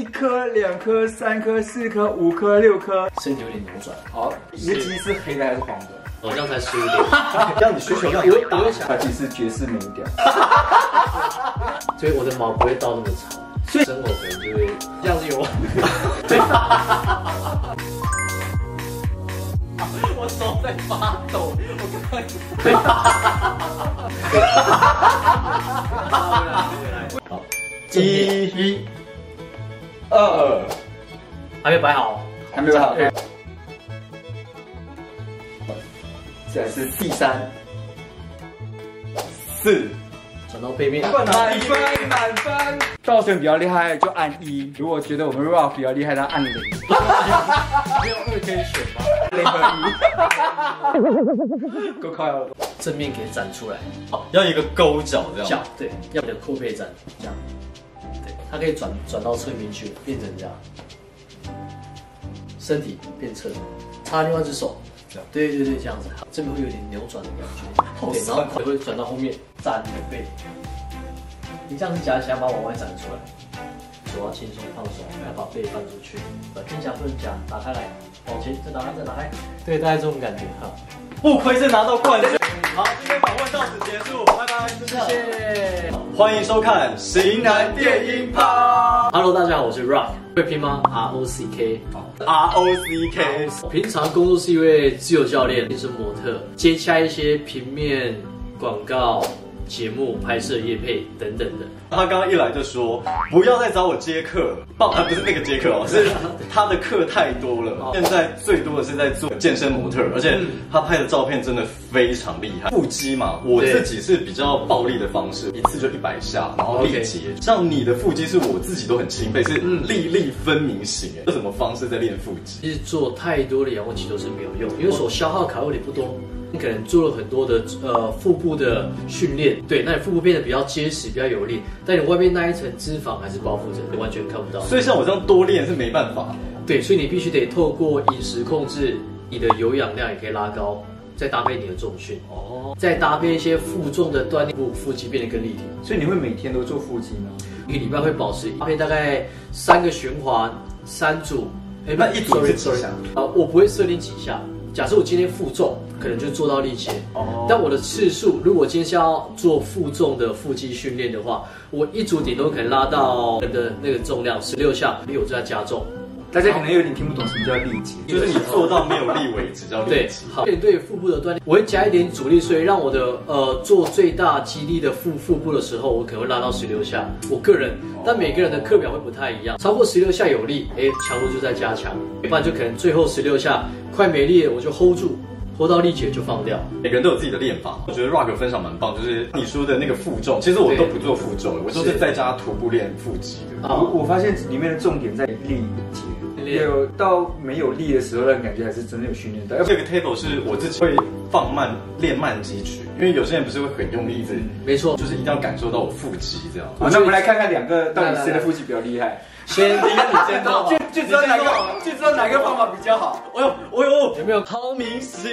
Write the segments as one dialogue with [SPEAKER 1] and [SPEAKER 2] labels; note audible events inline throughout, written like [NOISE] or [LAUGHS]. [SPEAKER 1] 一颗、两颗、三颗、四颗、五颗、六颗。
[SPEAKER 2] 身体有点扭转，
[SPEAKER 1] 好，你的鸡是黑的还是黄的？
[SPEAKER 3] 我哦这样才 [LAUGHS] 输一点。
[SPEAKER 2] 让你学学要有打
[SPEAKER 1] 我。想，它其实爵士民调。
[SPEAKER 3] 所以我的毛不会到那么长，所以生活可能就会这样子有。
[SPEAKER 4] 我手在发抖，我刚刚
[SPEAKER 3] [LAUGHS] 好，
[SPEAKER 2] 一一二，
[SPEAKER 3] 还没摆好。
[SPEAKER 1] 还没有好看。这是第三，
[SPEAKER 2] 四，
[SPEAKER 3] 转到背面，
[SPEAKER 1] 满分满分。赵选比较厉害就按一，如果觉得我们 Ralph 比较厉害，他按零。
[SPEAKER 3] 没有二可以选吗？
[SPEAKER 1] 零和一。 [LAUGHS] 够靠了。
[SPEAKER 3] [LAUGHS] 正面可以展出来，
[SPEAKER 2] 好，要一个勾脚这样。
[SPEAKER 3] 脚对，要你的后背展，这样，对，它可以转转到侧面去，变成这样，身体变侧，插另外一只手，
[SPEAKER 2] 这样
[SPEAKER 3] 对对对，这样子，好这边会有点扭转的感觉，
[SPEAKER 2] 好
[SPEAKER 3] 对，然
[SPEAKER 2] 酸
[SPEAKER 3] 后腿会转到后面，展你的背，你这样子夹起来，把往外展出来，手要轻松放松，然后把背翻出去，把肩胛不能夹，打开来，往前再打开再打开，对，大概这种感觉哈，
[SPEAKER 2] 不愧是拿到冠军。好，今天访问到此结束，拜拜，
[SPEAKER 3] 谢谢。
[SPEAKER 2] 欢迎收看《型男电音趴
[SPEAKER 3] Hello，大家好，我是 Rock，会拼吗？R O C K。》
[SPEAKER 2] R O C K。
[SPEAKER 3] 我平常工作是一位自由教练，也是模特，接洽一些平面广告节目拍摄、业配等等的。
[SPEAKER 2] 他刚刚一来就说不要再找我接客了，棒，啊不是那个接
[SPEAKER 3] [LAUGHS]
[SPEAKER 2] 客哦，是他的课太多了
[SPEAKER 3] 哦，嗯
[SPEAKER 2] 现在最多的是在做健身模特儿，而且他拍的照片真的非常厉害，腹肌嘛，我
[SPEAKER 3] 对
[SPEAKER 2] 自己是比较暴力的方式，一次就一百下，然后力
[SPEAKER 3] 哦 OK
[SPEAKER 2] 竭。像你的腹肌是我自己都很钦佩，是
[SPEAKER 3] 嗯
[SPEAKER 2] 粒粒分明型，哎，这什么方式在练腹肌？
[SPEAKER 3] 其实做太多的仰卧起坐是没有用，因为所消耗卡路里不多。你可能做了很多的呃腹部的训练，对，那你腹部变得比较结实、比较有力，但你外面那一层脂肪还是包覆着，你完全看不到。
[SPEAKER 2] 所以像我这样多练是没办法的。
[SPEAKER 3] 对，所以你必须得透过饮食控制，你的有氧量也可以拉高，再搭配你的重训，
[SPEAKER 2] 哦，
[SPEAKER 3] 再搭配一些负重的锻炼，腹肌变得更立体。
[SPEAKER 1] 所以你会每天都做腹肌吗？
[SPEAKER 3] 一个礼拜会保持搭配大概三个循环，三组。哎
[SPEAKER 2] 那一组是几下
[SPEAKER 3] 啊、我不会设定几下。假设我今天负重，可能就做到力竭。
[SPEAKER 1] 哦
[SPEAKER 3] 但我的次数，如果今天是要做负重的腹肌训练的话，我一组顶多可能拉到人的那个重量十六下，因为我就在加重。
[SPEAKER 1] 大家可能有点听不懂什么叫力竭。
[SPEAKER 2] 就是你做到没有力为止，叫力
[SPEAKER 3] 对
[SPEAKER 2] 竭。，
[SPEAKER 3] 好，面对腹部的锻炼，我会加一点阻力，所以让我的呃做最大肌力的腹腹部的时候，我可能会拉到十六下。我个人，
[SPEAKER 1] 哦
[SPEAKER 3] 但每个人的课表会不太一样，超过十六下有力，哎，强度就在加强，不然就可能最后十六下快没力了，我就 hold 住，hold 到力竭就放掉。
[SPEAKER 2] 每个人都有自己的练法。我觉得 Rock 分享蛮棒，就是你说的那个负重，其实我都不做负重，我都是在家徒步练腹肌的。
[SPEAKER 3] 啊
[SPEAKER 1] 我我发现里面的重点在力
[SPEAKER 3] 力
[SPEAKER 1] 竭，有到没有力的时候，让你感觉还是真的有训练到。要不
[SPEAKER 2] 这个 table 是我自己会放慢练慢肌群，因为有些人不是会很用力，一直
[SPEAKER 3] 没错，
[SPEAKER 2] 就是一定要感受到我腹肌这样。
[SPEAKER 1] 好，那我们来看看两个到底谁
[SPEAKER 3] 来
[SPEAKER 1] 的
[SPEAKER 3] 来来
[SPEAKER 1] 腹肌比较厉害，
[SPEAKER 3] 先第一你先 [LAUGHS] 到
[SPEAKER 1] 就就知道哪个就知道哪个方法比较好。
[SPEAKER 2] 哎呦，哎呦，
[SPEAKER 3] 有没有？
[SPEAKER 2] 超明显！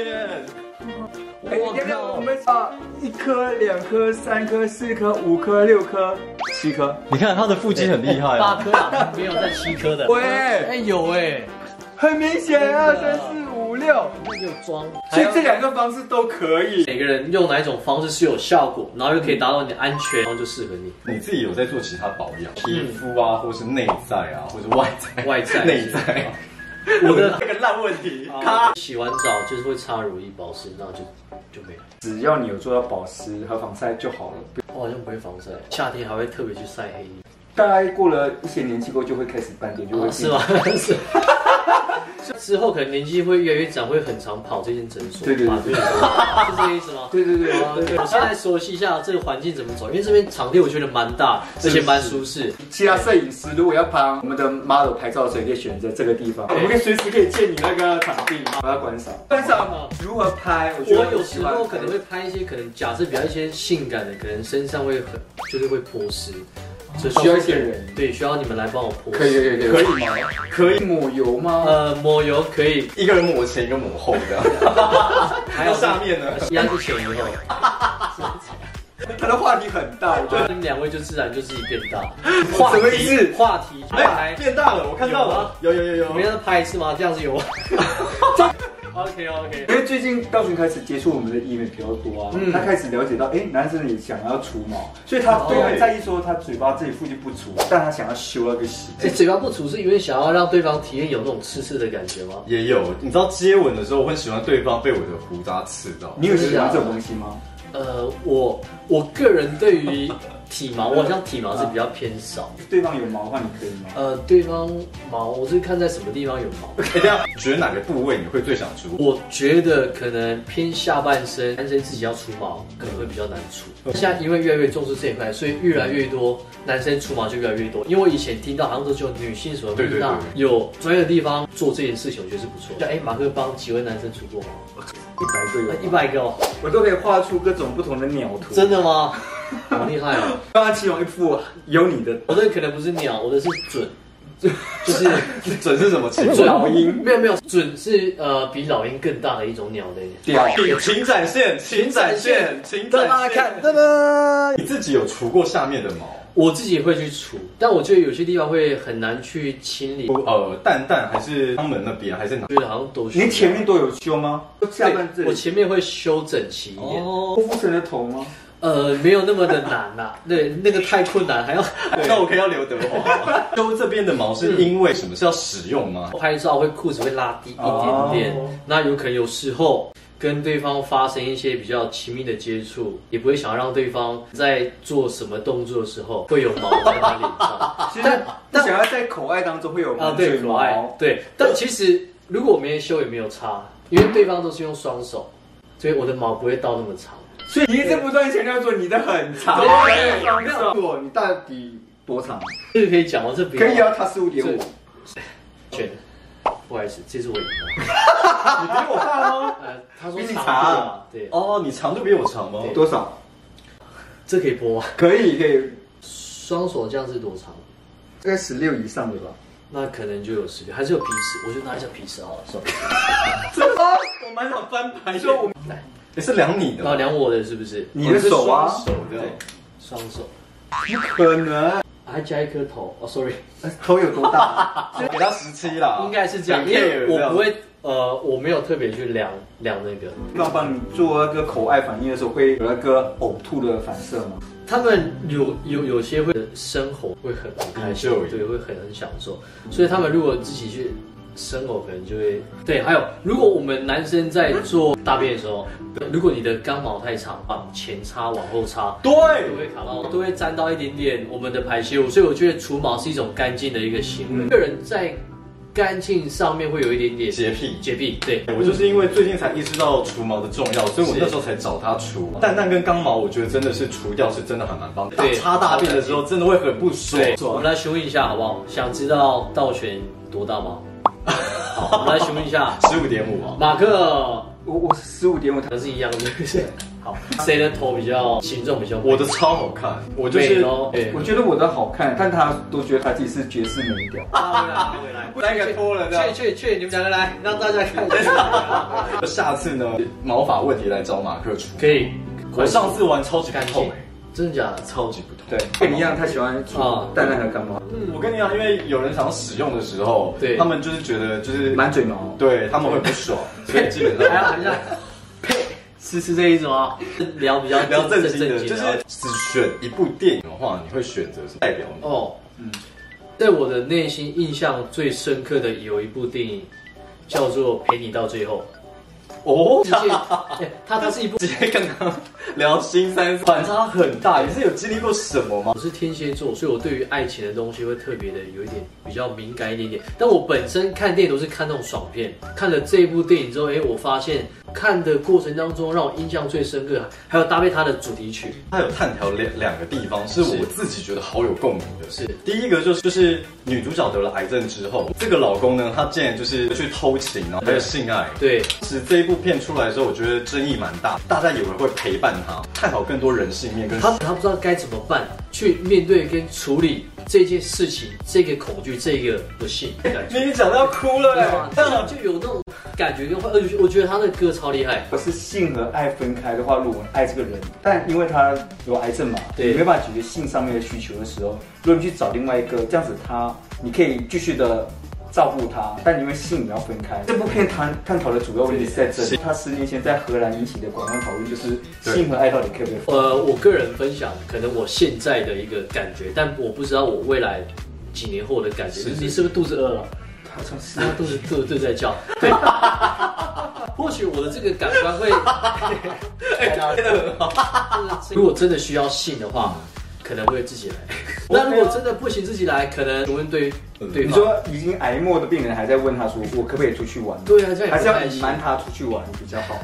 [SPEAKER 1] 哎，你看看我
[SPEAKER 2] 我靠！
[SPEAKER 1] 们啊，一颗、两颗、三颗、四颗、五颗、六颗、七颗。
[SPEAKER 2] 你看他的腹肌很厉害
[SPEAKER 3] 八
[SPEAKER 2] 啊，
[SPEAKER 3] 颗啊，没有在七颗的。
[SPEAKER 1] 喂，
[SPEAKER 3] 哎有哎、
[SPEAKER 1] 很明显，二三四五六，
[SPEAKER 3] 那就装。
[SPEAKER 1] 所以这两个方式都可以。
[SPEAKER 3] 每个人用哪一种方式是有效果，然后又可以达到你的安全，然后就适合你。
[SPEAKER 2] [LAUGHS] 你自己有在做其他保养，皮肤啊，或是内在啊，或是外在，
[SPEAKER 3] 外在
[SPEAKER 2] 内在。 [LAUGHS]
[SPEAKER 3] 我的
[SPEAKER 2] 那个烂问题，
[SPEAKER 3] 啊，洗完澡就是会擦乳液、保湿，那就就没了。
[SPEAKER 1] 只要你有做到保湿和防晒就好了。
[SPEAKER 3] 我好像不会防晒，夏天还会特别去晒黑衣，
[SPEAKER 1] 大概过了一些年纪过，就会开始斑点，就会、
[SPEAKER 3] 哦是？吗？是。之后可能年纪会越来越长，会很常跑这间诊所，
[SPEAKER 1] 对对对
[SPEAKER 3] 啊是这个意思吗？
[SPEAKER 1] 对对对
[SPEAKER 3] 啊
[SPEAKER 1] 对
[SPEAKER 3] 对，我现在熟悉一下这个环境怎么走，因为这边场地我觉得蛮大，而且蛮舒适。
[SPEAKER 1] 其他摄影师如果要帮我们的 model 拍照的时候，也可以选择这个地方，我们可以随时可以借你那个场地，我要观赏。观赏如何拍？我觉
[SPEAKER 3] 我
[SPEAKER 1] 得
[SPEAKER 3] 有
[SPEAKER 1] 喜
[SPEAKER 3] 时
[SPEAKER 1] 欢
[SPEAKER 3] 候可能会拍一些，可能假设比较一些性感的，可能身上会很就是会泼湿，所以
[SPEAKER 1] 需要一些哦人
[SPEAKER 3] 对，需要你们来帮我泼湿。
[SPEAKER 1] 可以可以可以
[SPEAKER 2] 可以吗？可以
[SPEAKER 1] 可以抹油吗？
[SPEAKER 3] 呃，抹油可以，
[SPEAKER 1] [LAUGHS]
[SPEAKER 2] 一个人抹前，一个抹 [LAUGHS] 后这样。
[SPEAKER 3] 还有
[SPEAKER 2] 那下面呢
[SPEAKER 3] 一样是前一后。
[SPEAKER 1] 他的话题很大，我觉得
[SPEAKER 3] 你们两位就自然就自己变大，
[SPEAKER 1] [LAUGHS] 什么意思
[SPEAKER 3] 话题
[SPEAKER 2] 哎、
[SPEAKER 3] 来，
[SPEAKER 2] 变大了，我看到了，有有有有
[SPEAKER 3] 我们要拍一次吗？这样子有吗？OK OK，
[SPEAKER 1] 因为最近道群开始接触我们的医美比较多啊，
[SPEAKER 3] 嗯
[SPEAKER 1] 他开始了解到，哎、男生也想要除毛，所以他
[SPEAKER 3] 哦
[SPEAKER 1] 对他在意说他嘴巴这里附近不除，但他想要修那个洗。
[SPEAKER 3] 哎，嘴巴不吐是因为想要让对方体验有那种刺刺的感觉吗？
[SPEAKER 2] 也有。你知道接吻的时候，我很喜欢对方被我的胡渣刺到。
[SPEAKER 1] 你有喜欢这种东西吗？
[SPEAKER 3] 呃，我我个人对于体毛，我好像体毛是比较偏少。
[SPEAKER 1] 对方有毛的话，你可以吗？
[SPEAKER 3] [LAUGHS] 呃，对方毛，我是看在什么地方有毛。
[SPEAKER 2] 哎、这样觉得哪个部位你会最想出？
[SPEAKER 3] [LAUGHS] 我觉得可能偏下半身，男生自己要除毛可能会比较难除。现在因为越来越重视这一块，所以越来越多男生除毛就越来越多。因为我以前听到好像都只有女性所
[SPEAKER 2] 对对对
[SPEAKER 3] 那有专业的地方做这件事情，我觉得是不错。就哎，马克帮几位男生除过毛？
[SPEAKER 1] 一百个有
[SPEAKER 3] 一
[SPEAKER 1] 吗，
[SPEAKER 3] 百个哦，
[SPEAKER 1] 我都可以画出各种不同的鸟图。
[SPEAKER 3] 真的吗？ [LAUGHS] 好厉害哦！
[SPEAKER 1] 刚刚祁隆一副有你的
[SPEAKER 3] 我的可能不是鸟，我的是
[SPEAKER 1] [LAUGHS]
[SPEAKER 3] 准，就是。
[SPEAKER 2] 准是什么情
[SPEAKER 3] 准
[SPEAKER 2] 况？
[SPEAKER 1] 老鹰
[SPEAKER 3] 没有没有，准是呃比老鹰更大的一种鸟类。
[SPEAKER 1] 屌。
[SPEAKER 2] 请展现，请展现，请展现。
[SPEAKER 1] 哎大家看，噔噔，
[SPEAKER 2] 你自己有除过下面的毛？
[SPEAKER 3] 我自己会去除，但我觉得有些地方会很难去清理，
[SPEAKER 2] 呃，蛋蛋还是肛门那边，还是哪？
[SPEAKER 3] 觉得好像都是。
[SPEAKER 1] 你前面都有修吗？下
[SPEAKER 3] 对
[SPEAKER 1] 半这
[SPEAKER 3] 我
[SPEAKER 1] 里。
[SPEAKER 3] 前面会修整齐一点，
[SPEAKER 1] 哦，郭富城的头吗？
[SPEAKER 3] 呃，没有那么的难啦、对，那个太困难，还要
[SPEAKER 2] 那我可以要刘德华。 [LAUGHS] 修这边的毛是因为什么？是要使用吗？
[SPEAKER 3] 拍照会裤子会拉低一点点，
[SPEAKER 1] 哦
[SPEAKER 3] 那有可能有时候。跟对方发生一些比较亲密的接触，也不会想让对方在做什么动作的时候会有毛在他脸
[SPEAKER 1] [LAUGHS]
[SPEAKER 3] 上。
[SPEAKER 1] 其实
[SPEAKER 3] 啊但
[SPEAKER 1] 你想要在口爱当中会有
[SPEAKER 3] 啊，对，
[SPEAKER 1] 嘴
[SPEAKER 3] 可
[SPEAKER 1] 毛
[SPEAKER 3] 爱，对。但其实如果我没修也没有差，因为对方都是用双手，所以我的毛不会到那么长。
[SPEAKER 1] 所以你一直不断强调说你的很长。
[SPEAKER 3] 对
[SPEAKER 1] 错，你到底多长？
[SPEAKER 3] 这个可以讲吗？这不要
[SPEAKER 1] 可以啊，他十五点
[SPEAKER 3] 这
[SPEAKER 1] 五。
[SPEAKER 3] 卷。不好意思，这是我赢了。
[SPEAKER 1] [LAUGHS]
[SPEAKER 2] 你比我大吗？
[SPEAKER 3] 呃，他说
[SPEAKER 1] 比你
[SPEAKER 3] 长
[SPEAKER 1] 长
[SPEAKER 3] 度啊，对，哦，
[SPEAKER 2] 哦，你长度比我长吗？
[SPEAKER 1] 多少？
[SPEAKER 3] 这可以播吗？
[SPEAKER 1] 可以，可以，
[SPEAKER 3] 双手这样是多长？
[SPEAKER 1] 大概十六以上的吧。
[SPEAKER 3] 那可能就有十六，还是有皮尺？我就拿一下皮尺好了，算了。
[SPEAKER 2] 我蛮想翻牌。说我
[SPEAKER 3] 来，
[SPEAKER 2] 你是量你的
[SPEAKER 3] 那
[SPEAKER 2] 吗，
[SPEAKER 3] 量我的是不是？
[SPEAKER 1] 你的手啊？
[SPEAKER 2] 手的。
[SPEAKER 3] 双手，
[SPEAKER 1] 不可能，
[SPEAKER 3] 还加一颗头。哦，sorry，
[SPEAKER 1] 头有多大？
[SPEAKER 2] 我啊给他十七啦，
[SPEAKER 3] [LAUGHS] 应该是这样，因为我不会，呃，我没有特别去量量那个。
[SPEAKER 1] 要帮你做那个口爱反应的时候，会有那个呕吐的反射吗？
[SPEAKER 3] 他们有有有些会生活会很很开心
[SPEAKER 2] Enjoy，
[SPEAKER 3] 对，会很很享受。所以他们如果自己去生活，可能就会对。还有，如果我们男生在做大便的时候，如果你的肛毛太长，往前插往后插，都
[SPEAKER 2] 对，
[SPEAKER 3] 会卡到，都会沾到一点点我们的排泄物。所以我觉得除毛是一种干净的一个行为。个人在干净上面会有一点点
[SPEAKER 2] 洁癖。
[SPEAKER 3] 洁癖，对。
[SPEAKER 2] 我就是因为最近才意识到除毛的重要，所以我那时候才找他除。蛋蛋跟刚毛，我觉得真的是除掉是真的还蛮帮的。
[SPEAKER 3] 对
[SPEAKER 2] 擦大便的时候真的会很不爽。
[SPEAKER 3] 对，我们来询问一下好不好？想知道道玄多大 [LAUGHS] 吗？好，我们来询问一下。
[SPEAKER 2] 十五点五啊，
[SPEAKER 3] 马克
[SPEAKER 1] 我我十五点五，
[SPEAKER 3] 可是一样的， [LAUGHS] 对不对？好，谁的头比较形状比较美
[SPEAKER 2] 我的超好看，我就
[SPEAKER 3] 美
[SPEAKER 2] 是
[SPEAKER 3] 咯？对，哦
[SPEAKER 1] 我觉得我的好看，但他都觉得他自己是绝世美屌。
[SPEAKER 3] 拉回来，拉回来，
[SPEAKER 2] 那个脱了这样
[SPEAKER 3] 去去去，你们两个来，让大家看一下。
[SPEAKER 2] 下次呢毛发问题来找马克除。
[SPEAKER 3] 可以，
[SPEAKER 2] 我上次玩超级
[SPEAKER 3] 干净
[SPEAKER 2] 干痛，欸
[SPEAKER 3] 真的假的？
[SPEAKER 2] 超级不痛。
[SPEAKER 1] 对，跟你一样，他喜欢
[SPEAKER 3] 啊
[SPEAKER 1] 蛋蛋和干毛，
[SPEAKER 2] 嗯，我跟你讲，因为有人想要使用的时候，
[SPEAKER 3] 对
[SPEAKER 2] 他们就是觉得就是
[SPEAKER 1] 满嘴毛。
[SPEAKER 2] 对他们会不爽，所以基
[SPEAKER 3] [LAUGHS]
[SPEAKER 2] 本上
[SPEAKER 3] 还要含一下， [LAUGHS] 呸，是是这意思吗？聊比较
[SPEAKER 2] 比较正经的，
[SPEAKER 3] 正
[SPEAKER 2] 就是只选一部电影的话，你会选择什么代表你？
[SPEAKER 3] 哦，
[SPEAKER 1] 嗯
[SPEAKER 3] 在我的内心印象最深刻的有一部电影叫做《陪你到最后》。
[SPEAKER 2] [LAUGHS] 哦，
[SPEAKER 3] 世界，哎它它是一部
[SPEAKER 2] 直接刚刚聊新三反差很大，你是有经历过什么吗？
[SPEAKER 3] 我是天蝎座，所以我对于爱情的东西会特别的有一点比较敏感一点点。但我本身看电影都是看那种爽片，看了这部电影之后，哎，我发现看的过程当中让我印象最深刻，还有搭配它的主题曲，
[SPEAKER 2] 他有探讨两两个地方，是我自己觉得好有共鸣的。
[SPEAKER 3] 是
[SPEAKER 2] 第一个就是就是女主角得了癌症之后，这个老公呢，他竟然就是去偷情，然后还有性爱。
[SPEAKER 3] 对，
[SPEAKER 2] 当时这一部片出来的时候，我觉得争议蛮大，大家以为会陪伴他，探讨更多人性面跟
[SPEAKER 3] 他他不知道该怎么办去面对跟处理这件事情，这个恐惧，这个不幸的感觉。
[SPEAKER 2] 你讲到哭了
[SPEAKER 3] 对啊，就就有那种感觉跟会，而且我觉得他那个歌超厉害。
[SPEAKER 1] 我是性和爱分开的话，如果我爱这个人，但因为他有癌症嘛，
[SPEAKER 3] 对
[SPEAKER 1] 你没办法解决性上面的需求的时候，如果你去找另外一个，这样子他，你可以继续的照顾他，但因为性你要分开。这部片探探讨的主要问题是在这
[SPEAKER 2] 是
[SPEAKER 1] 里。他十年前在荷兰引起的广泛讨论就是性和爱到底可不可以分
[SPEAKER 3] 呃，我个人分享可能我现在的一个感觉，但我不知道我未来几年后的感觉。你是不是肚子饿了？
[SPEAKER 1] 开？好像是
[SPEAKER 3] 然后肚子肚子在
[SPEAKER 1] [LAUGHS]
[SPEAKER 3] 叫。或许我的这个感
[SPEAKER 1] [LAUGHS]
[SPEAKER 3] 官会，
[SPEAKER 1] 哎
[SPEAKER 3] [LAUGHS] 如果真的需要性的话，可能会
[SPEAKER 1] [LAUGHS]
[SPEAKER 3] 自己来。那如果真的不行自己来，可能我问对对
[SPEAKER 1] 啊嗯你
[SPEAKER 3] 方。
[SPEAKER 1] 说已经癌末的病人还在问他说，我可不可以出去玩？
[SPEAKER 3] 对啊，这
[SPEAKER 1] 还
[SPEAKER 3] 样也
[SPEAKER 1] 是
[SPEAKER 3] 不
[SPEAKER 1] 要
[SPEAKER 3] 太
[SPEAKER 1] 隐
[SPEAKER 3] 行。
[SPEAKER 1] 瞒他出去玩比较好。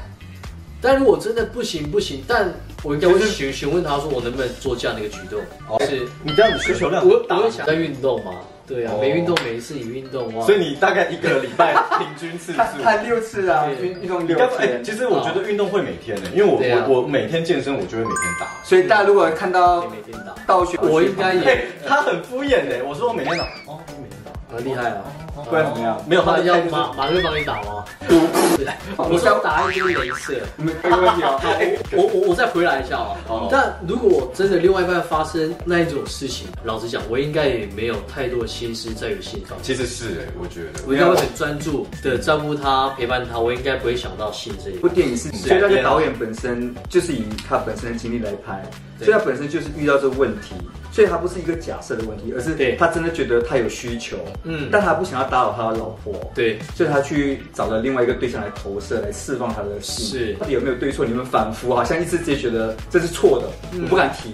[SPEAKER 3] 但如果真的不行不行，但我应该会询询问他说，我能不能做这样的一个举动？
[SPEAKER 1] 哦
[SPEAKER 3] 是，
[SPEAKER 2] 你这样子需求量
[SPEAKER 3] 我
[SPEAKER 2] 很
[SPEAKER 3] 我
[SPEAKER 2] 大，
[SPEAKER 3] 会想在运动嘛？对啊，
[SPEAKER 2] 哦
[SPEAKER 3] 没运动没事，有运动哇。
[SPEAKER 2] 所以你大概一个礼拜平均次
[SPEAKER 1] 他
[SPEAKER 2] 数。
[SPEAKER 1] 他六次啊，
[SPEAKER 3] 对
[SPEAKER 1] 运运动
[SPEAKER 2] 你
[SPEAKER 1] 六
[SPEAKER 2] 刚才、哎
[SPEAKER 1] 天
[SPEAKER 2] 其。实我觉得运动会每天的、因为我、
[SPEAKER 3] 对啊
[SPEAKER 2] 我我每天健身，我就会每天打。
[SPEAKER 1] 所以大家如果看到
[SPEAKER 3] 你每天打，
[SPEAKER 1] 道学，
[SPEAKER 3] 我应该
[SPEAKER 2] 哎、
[SPEAKER 3] 也
[SPEAKER 2] 他很敷衍呢、我说我每天打，哦，你每天打，
[SPEAKER 3] 很厉害啊。
[SPEAKER 1] 不然怎么样？
[SPEAKER 2] 没有他
[SPEAKER 3] 那
[SPEAKER 2] 的
[SPEAKER 3] 要
[SPEAKER 2] 态度
[SPEAKER 3] 马马上帮你打吗？
[SPEAKER 1] 我
[SPEAKER 3] 我说打一针镭射。
[SPEAKER 1] 我们没问题啊。 [LAUGHS] 哎
[SPEAKER 3] 我我我再回来一下哦
[SPEAKER 2] 哦。
[SPEAKER 3] 但如果我真的另外一半发生那一种事情，老实讲，我应该也没有太多的心思在于性方面。
[SPEAKER 2] 其实是哎、我觉得
[SPEAKER 3] 我应该会很专注的照顾他、陪伴他，我应该不会想到性这一
[SPEAKER 1] 部
[SPEAKER 3] 块。
[SPEAKER 1] 电影是，所以那个导演本身就是以他本身的经历来拍，
[SPEAKER 3] 对
[SPEAKER 1] 所以他本身就是遇到这个问题，所以他不是一个假设的问题，而
[SPEAKER 3] 对
[SPEAKER 1] 是他真的觉得他有需求，
[SPEAKER 3] 嗯
[SPEAKER 1] 嗯，但他不想要打扰他的老婆，
[SPEAKER 3] 对，
[SPEAKER 1] 所以他去找了另外一个对象来投射，来释放他的性。
[SPEAKER 3] 是
[SPEAKER 1] 到底有没有对错？你们反复好像一直直接觉得这是错的，我不敢提，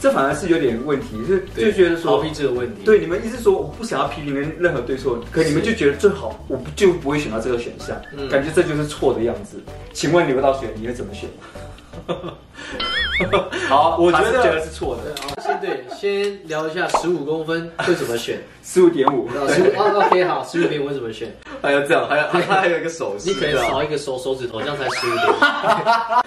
[SPEAKER 1] 这反而是有点问题，就是就觉得
[SPEAKER 3] 逃
[SPEAKER 1] 说
[SPEAKER 3] 避。这个问题。
[SPEAKER 1] 对，你们一直说我不想要批评人任何对错，可你们就觉得最好，我不就不会选到这个选项，
[SPEAKER 3] 嗯
[SPEAKER 1] 感觉这就是错的样子。请问刘道学，你会怎么选？ [LAUGHS] 好，
[SPEAKER 2] 我觉
[SPEAKER 1] 他是
[SPEAKER 2] 得
[SPEAKER 1] 觉得是错的，
[SPEAKER 3] 先对，先聊一下十五公分会怎么选。
[SPEAKER 1] 十五点五，
[SPEAKER 3] [LAUGHS] 十五哦，OK，好，十五点我怎么选？
[SPEAKER 2] 还要这样，还有他还有一个手势，啊
[SPEAKER 3] 你可能
[SPEAKER 2] 这样
[SPEAKER 3] 少一个手手指头，这样才十五点。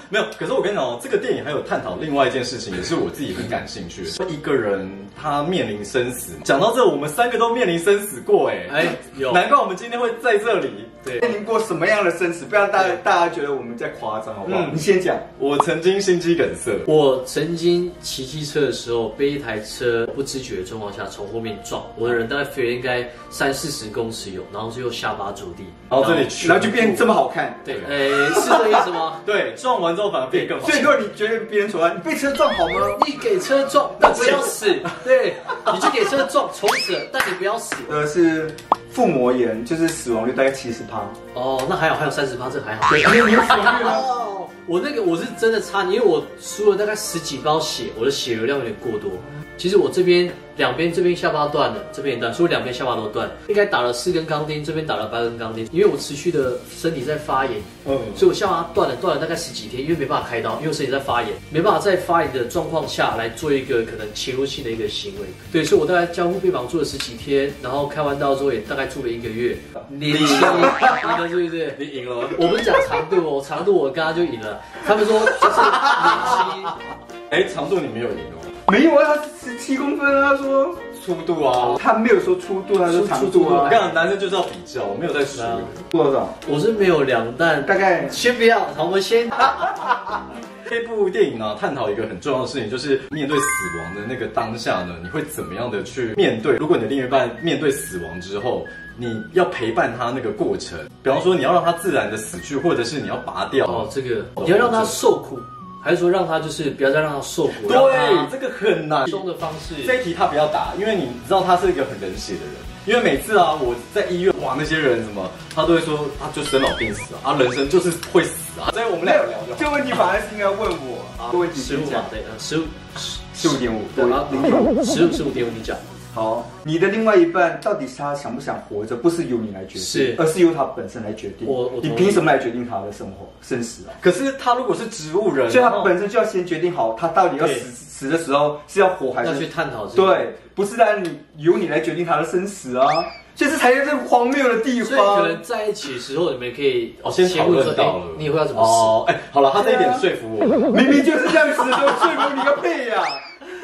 [SPEAKER 2] 没有，可是我跟你讲哦，这个电影还有探讨另外一件事情，也是我自己很感兴趣的。一个人他面临生死，讲到这，我们三个都面临生死过，哎
[SPEAKER 3] [LAUGHS] 哎有
[SPEAKER 2] 难怪我们今天会在这里。
[SPEAKER 3] 对，
[SPEAKER 1] 面临过什么样的生死？不要大家大家觉得我们在夸张，好不好？
[SPEAKER 2] 嗯
[SPEAKER 1] 你先讲，
[SPEAKER 2] 我曾经心肌梗塞，
[SPEAKER 3] 我曾经骑机车的时候，被一台车不知觉的状况下从后面撞，我的人大概飞了应该三四十公尺有，然后最后下巴着地。
[SPEAKER 2] 然后哦这里全？
[SPEAKER 1] 然后就变这么好看。
[SPEAKER 3] 对，呃，是这个意思吗
[SPEAKER 2] [LAUGHS] 对撞完之后反而变更好
[SPEAKER 1] 所。以如果你觉得别人丑啊，你被车撞好吗？
[SPEAKER 3] 你给车撞，那不要死。对，你就给车撞，从此，但你不要死。
[SPEAKER 1] 呃，是腹膜炎，就是死亡率大概七十趴。
[SPEAKER 3] 哦，那还好，还有三十八，这还好。
[SPEAKER 1] 你有死亡率吗？
[SPEAKER 3] 哦，我那个我是真的差，因为我输了大概十几包血，我的血流量有点过多。其实我这边两边这边下巴断了，这边也断，所以我两边下巴都断。应该打了四根钢钉，这边打了八根钢钉，因为我持续的身体在发炎，
[SPEAKER 2] 嗯，
[SPEAKER 3] 所以我下巴断了，断了大概十几天，因为没办法开刀，因为身体在发炎，没办法在发炎的状况下来做一个可能侵入性的一个行为。对，所以我大概交互病房住了十几天，然后开完刀之后也大概住了一个月。年轻，应该是不是？
[SPEAKER 2] 你赢了。
[SPEAKER 3] 我不是讲长度哦，长度我刚刚就赢了。他们说就是年轻，
[SPEAKER 2] 哎，长度你没有赢哦。
[SPEAKER 1] 没有啊，他十七公分啊，他说
[SPEAKER 2] 粗度啊，
[SPEAKER 1] 他没有说粗度，他说长度
[SPEAKER 2] 我
[SPEAKER 1] 啊
[SPEAKER 2] 跟你，讲，男生就是要比较，没有在输
[SPEAKER 3] 是啊
[SPEAKER 2] 的。
[SPEAKER 1] 多少？
[SPEAKER 3] 我是没有量，但
[SPEAKER 1] 大概
[SPEAKER 3] 先不要，好，我们先
[SPEAKER 2] 这部电影呢、探讨一个很重要的事情，就是面对死亡的那个当下呢，你会怎么样的去面对？如果你的另一半面对死亡之后，你要陪伴他那个过程，比方说你要让他自然的死去，或者是你要拔掉。
[SPEAKER 3] 哦，这个你要让他受苦，还是说让他就是不要再让他受苦？让
[SPEAKER 2] 对，
[SPEAKER 3] 他
[SPEAKER 2] 这个很难
[SPEAKER 3] 放。松的方式。
[SPEAKER 2] 这一题他不要答，因为你知道他是一个很冷血的人。因为每次啊，我在医院哇，那些人什么，他都会说啊，就生老病死啊，啊，人生就是会死啊。所以我们
[SPEAKER 1] 没
[SPEAKER 2] 俩
[SPEAKER 1] 有
[SPEAKER 2] 有聊就好。
[SPEAKER 1] 这个问题反而是应该问我。
[SPEAKER 3] 啊
[SPEAKER 1] 这个问题
[SPEAKER 3] 十
[SPEAKER 1] 先
[SPEAKER 3] 五
[SPEAKER 1] 讲
[SPEAKER 3] 嘛，，对，嗯十五，
[SPEAKER 1] 十五点五，
[SPEAKER 3] 对
[SPEAKER 1] 我
[SPEAKER 3] 啊，十五十五点五，你讲
[SPEAKER 1] 好，你的另外一半到底是他想不想活着，不是由你来决定，
[SPEAKER 3] 是
[SPEAKER 1] 而是由他本身来决定。
[SPEAKER 3] 我我同
[SPEAKER 1] 你
[SPEAKER 3] 意
[SPEAKER 1] 凭什么来决定他的生活生死啊？
[SPEAKER 2] 可是他如果是植物人，哦
[SPEAKER 1] 所以他
[SPEAKER 2] 然后
[SPEAKER 1] 本身就要先决定好，他到底要
[SPEAKER 3] 对
[SPEAKER 1] 死死的时候是要活还
[SPEAKER 3] 要
[SPEAKER 1] 是
[SPEAKER 3] 去探讨这个。
[SPEAKER 1] 对，不是让你由你来决定他的生死啊，所以这才是荒谬的地
[SPEAKER 3] 所以可
[SPEAKER 1] 方
[SPEAKER 3] 能。在一起的时候，你们可以
[SPEAKER 2] 哦，先讨
[SPEAKER 3] 问
[SPEAKER 2] 论
[SPEAKER 3] 说
[SPEAKER 2] 到
[SPEAKER 3] 哎
[SPEAKER 2] 了，
[SPEAKER 3] 你以后要怎么死？
[SPEAKER 2] 哦，哎，好了，他这一点
[SPEAKER 1] 啊
[SPEAKER 2] 说服我了。
[SPEAKER 1] 明明就是这样子，都说服你个屁呀、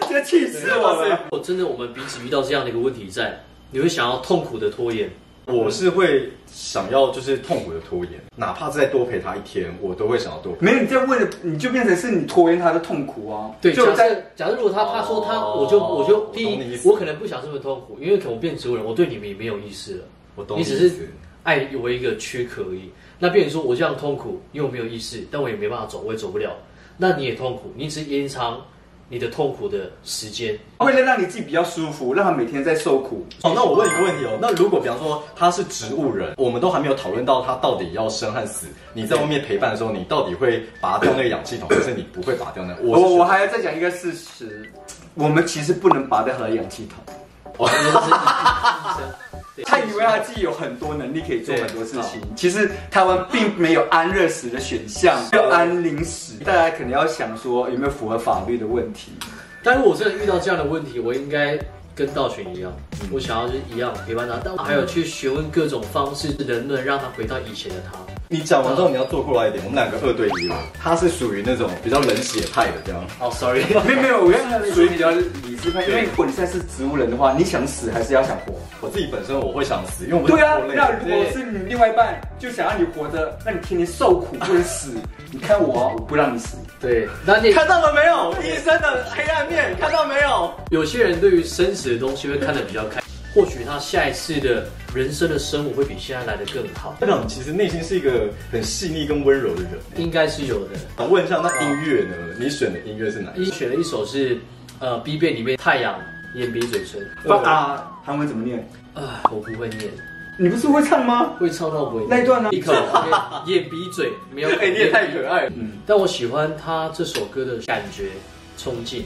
[SPEAKER 1] 真的气死我了！
[SPEAKER 3] 我真的，我们彼此遇到这样的一个问题在，你会想要痛苦的拖延，
[SPEAKER 2] 我是会想要就是痛苦的拖延，哪怕再多陪他一天，我都会想要多陪。
[SPEAKER 1] 没有你在问，你就变成是你拖延他的痛苦啊。
[SPEAKER 3] 对，
[SPEAKER 1] 就
[SPEAKER 3] 假
[SPEAKER 1] 在
[SPEAKER 3] 设假设如果他他说他，
[SPEAKER 2] 哦
[SPEAKER 3] 我就我就第
[SPEAKER 2] 我懂你
[SPEAKER 3] 一
[SPEAKER 2] 意，思
[SPEAKER 3] 我可能不想这么痛苦，因为可能我变植物人，我对你们也没有意思了。
[SPEAKER 2] 我懂
[SPEAKER 3] 你
[SPEAKER 2] 你
[SPEAKER 3] 只
[SPEAKER 2] 意思
[SPEAKER 3] 是爱我一个躯壳而已。那变成说我这样痛苦，因为我没有意识，但我也没办法走，我也走不了。那你也痛苦，你只延长你的痛苦的时间。
[SPEAKER 1] 为了让你自己比较舒服，让他每天在受苦。
[SPEAKER 2] 好，那我问一个问题哦，那如果比方说他是植物人，我们都还没有讨论到他到底要生和死，你在外面陪伴的时候，你到底会拔掉那个氧气筒，还是你不会拔掉那个？
[SPEAKER 1] 我
[SPEAKER 2] 是觉得
[SPEAKER 1] 我还要再讲一个事实，我们其实不能拔掉他的氧气筒。
[SPEAKER 2] 哦 [LAUGHS]
[SPEAKER 3] 对
[SPEAKER 1] 他以为他自己有很多能力可以做很多事情，其实台湾并没有安乐死的选项，没有安宁死，大家可能要想说有没有符合法律的问题。
[SPEAKER 3] 但如果我真的遇到这样的问题，我应该跟道玄一样，
[SPEAKER 2] 嗯
[SPEAKER 3] 我想要就是一样陪伴他，但还有去询问各种方式，能不能让他回到以前的他。
[SPEAKER 2] 你讲完之后，你要坐过来一点，我们两个二对一了。他是属于那种比较冷血派的这样。
[SPEAKER 3] 哦、s o [LAUGHS] r r y
[SPEAKER 1] 没有没有，我觉得属于比较理智派，因为如果你现在是植物人的话，你想死还是要想活？
[SPEAKER 2] 我自己本身我会想死，因为我
[SPEAKER 1] 对啊
[SPEAKER 2] 活，累
[SPEAKER 1] 那如果是你另外一半就想要你活着，那你天天受苦不能死，你看我啊，我不让你死。
[SPEAKER 3] 对，那你
[SPEAKER 2] [LAUGHS] 看到了没有？医生的黑暗面，看到没有？
[SPEAKER 3] 有些人对于生死的东西会看得比较开，或许他下一次的人生的生活会比现在来得更好，
[SPEAKER 2] 队长其实内心是一个很细腻跟温柔的人。
[SPEAKER 3] 应该是有的。
[SPEAKER 2] 想问一下，那音乐呢？你选的音乐是哪一
[SPEAKER 3] 一选了一首是，呃，B 贝里面太阳眼鼻嘴唇，
[SPEAKER 1] 发啊，韩文怎么念？
[SPEAKER 3] 啊，我不会念，
[SPEAKER 1] 你不是会唱吗？
[SPEAKER 3] 会唱到不会念
[SPEAKER 1] 那一段呢
[SPEAKER 3] 一口眼鼻嘴没有
[SPEAKER 1] [LAUGHS]
[SPEAKER 2] 首？，哎，你也太可爱了。
[SPEAKER 3] 但我喜欢他这首歌的感觉冲劲，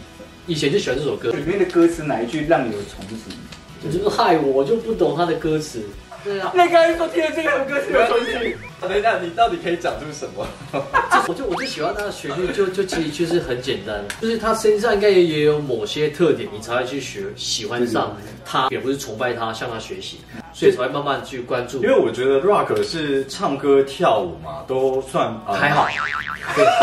[SPEAKER 3] 以前就喜欢这首歌，
[SPEAKER 1] 里面的歌词哪一句让你有憧憬？
[SPEAKER 3] 就是害我，我就不懂他的歌词。对啊，
[SPEAKER 1] 那刚才说听了这个歌词有憧憬。
[SPEAKER 2] 等一下，你到底可以讲出什么？ [LAUGHS]
[SPEAKER 3] 我就我就喜欢他的旋律，就就其实就是很简单，就是他身上应该也也有某些特点，你才会去学喜欢上他，也不是崇拜他，向他学习，所以才会慢慢去关注
[SPEAKER 2] 因。为我觉得 rock 是唱歌跳舞嘛，都算呃
[SPEAKER 3] 还好，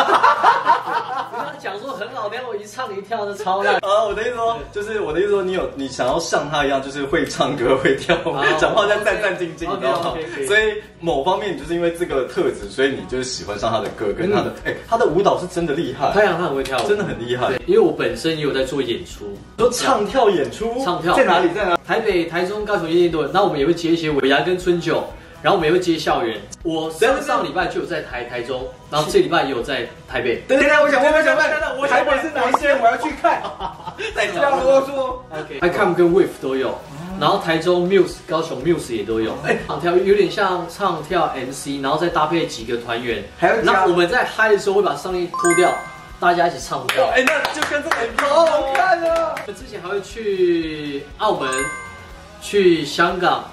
[SPEAKER 3] 你刚刚讲说很好，等下我一唱一跳的超烂。
[SPEAKER 2] 啊，我的意思说，就是我的意思说，你有你想要像他一样，就是会唱歌、会跳舞
[SPEAKER 3] 啊，
[SPEAKER 2] 讲话在战战兢兢，你知道吗
[SPEAKER 3] OK，OK，可以？
[SPEAKER 2] 所以某方面，你就是因为这个特质，所以你就是喜欢上他的歌跟他的，哎，他的舞蹈是真的厉害，
[SPEAKER 3] 太阳他很会跳舞，
[SPEAKER 2] 真的很厉害
[SPEAKER 3] 对。，因为我本身也有在做演出，
[SPEAKER 2] 都唱跳演出，
[SPEAKER 3] 唱跳
[SPEAKER 1] 在哪里？在哪里？
[SPEAKER 3] 台北、台中、高雄夜店都有，那我们也会接一些尾牙跟春酒，然后我们也会接校园。我上上礼拜就有在台台中，然后这礼拜也有在台北。
[SPEAKER 1] 等等，我想问，我想
[SPEAKER 2] 等等
[SPEAKER 1] 问，
[SPEAKER 2] 我
[SPEAKER 1] 我
[SPEAKER 2] 想
[SPEAKER 1] 台
[SPEAKER 2] 问
[SPEAKER 1] 北是哪一些？我要去看。 [LAUGHS]
[SPEAKER 2] 在
[SPEAKER 1] 不要
[SPEAKER 2] 跳。
[SPEAKER 1] 啰嗦。
[SPEAKER 3] OK，i c o m 跟 Wave 都有，然后台中 Muse、高雄 Muse 也都有。哎，唱跳有点像唱跳 MC，然后再搭配几个团员。
[SPEAKER 1] 还要
[SPEAKER 3] 那
[SPEAKER 1] 加
[SPEAKER 3] 我们在嗨的时候会把上衣脱掉，大家一起唱跳。
[SPEAKER 2] 哎，那就跟这个很
[SPEAKER 1] 好好看啊！
[SPEAKER 3] 我们之前还会去澳门、去香港、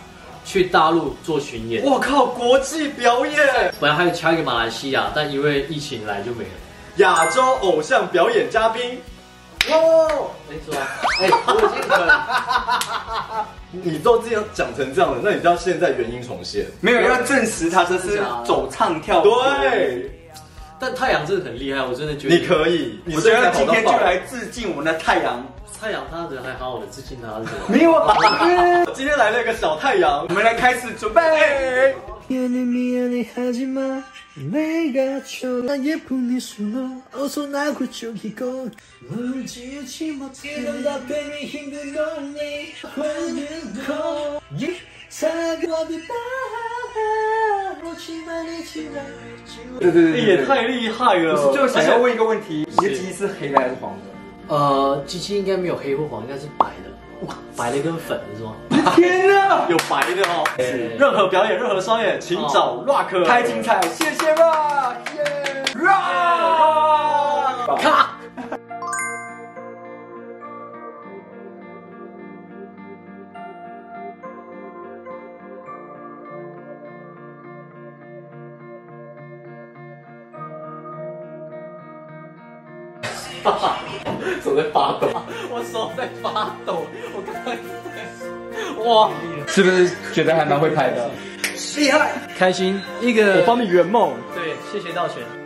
[SPEAKER 3] 去大陆做巡演。
[SPEAKER 2] 我靠，国际表演，
[SPEAKER 3] 本来还有其他一个马来西亚，但因为疫情来就没了。
[SPEAKER 2] 亚洲偶像表演嘉宾，哇！
[SPEAKER 3] 哎，是
[SPEAKER 2] 啊
[SPEAKER 3] 吧？哎，我已经很
[SPEAKER 2] 你都这样讲成这样了，那你知道现在原因重现？
[SPEAKER 1] 没有要证实他这是走唱跳。，
[SPEAKER 2] 对。
[SPEAKER 3] 但太阳真的很厉害，我真的觉得
[SPEAKER 2] 你可以，你
[SPEAKER 1] 我觉得
[SPEAKER 2] 现在
[SPEAKER 1] 今天就
[SPEAKER 2] 好到爆
[SPEAKER 1] 来致敬我们的太阳。
[SPEAKER 3] 太阳他人还好好的，致敬他是吧？
[SPEAKER 1] 没有啊，
[SPEAKER 2] 今天来了一个小太阳
[SPEAKER 1] [LAUGHS] 我，们来开始准备。对对对，
[SPEAKER 2] 也太厉害了。
[SPEAKER 1] 我就想要问一个问题：你的鸡是黑的还是黄的？ [LAUGHS]
[SPEAKER 3] 呃，鸡鸡应该没有黑或黄，应该是白的，哇，白的跟粉的是吗？
[SPEAKER 1] 天哪，
[SPEAKER 2] 有白的哦，
[SPEAKER 1] 哎
[SPEAKER 2] 任何表演、任何商业，请
[SPEAKER 1] 哦
[SPEAKER 2] 找 Rock。
[SPEAKER 1] 太精彩！谢谢 Rock，耶 Rock。
[SPEAKER 3] 咔！
[SPEAKER 2] 手在发抖。
[SPEAKER 4] 我手在发抖，我刚刚在，哇，
[SPEAKER 1] 是不是觉得还蛮会拍的？
[SPEAKER 3] 开心一个，
[SPEAKER 2] 你圆梦。
[SPEAKER 3] 对，谢谢道玄。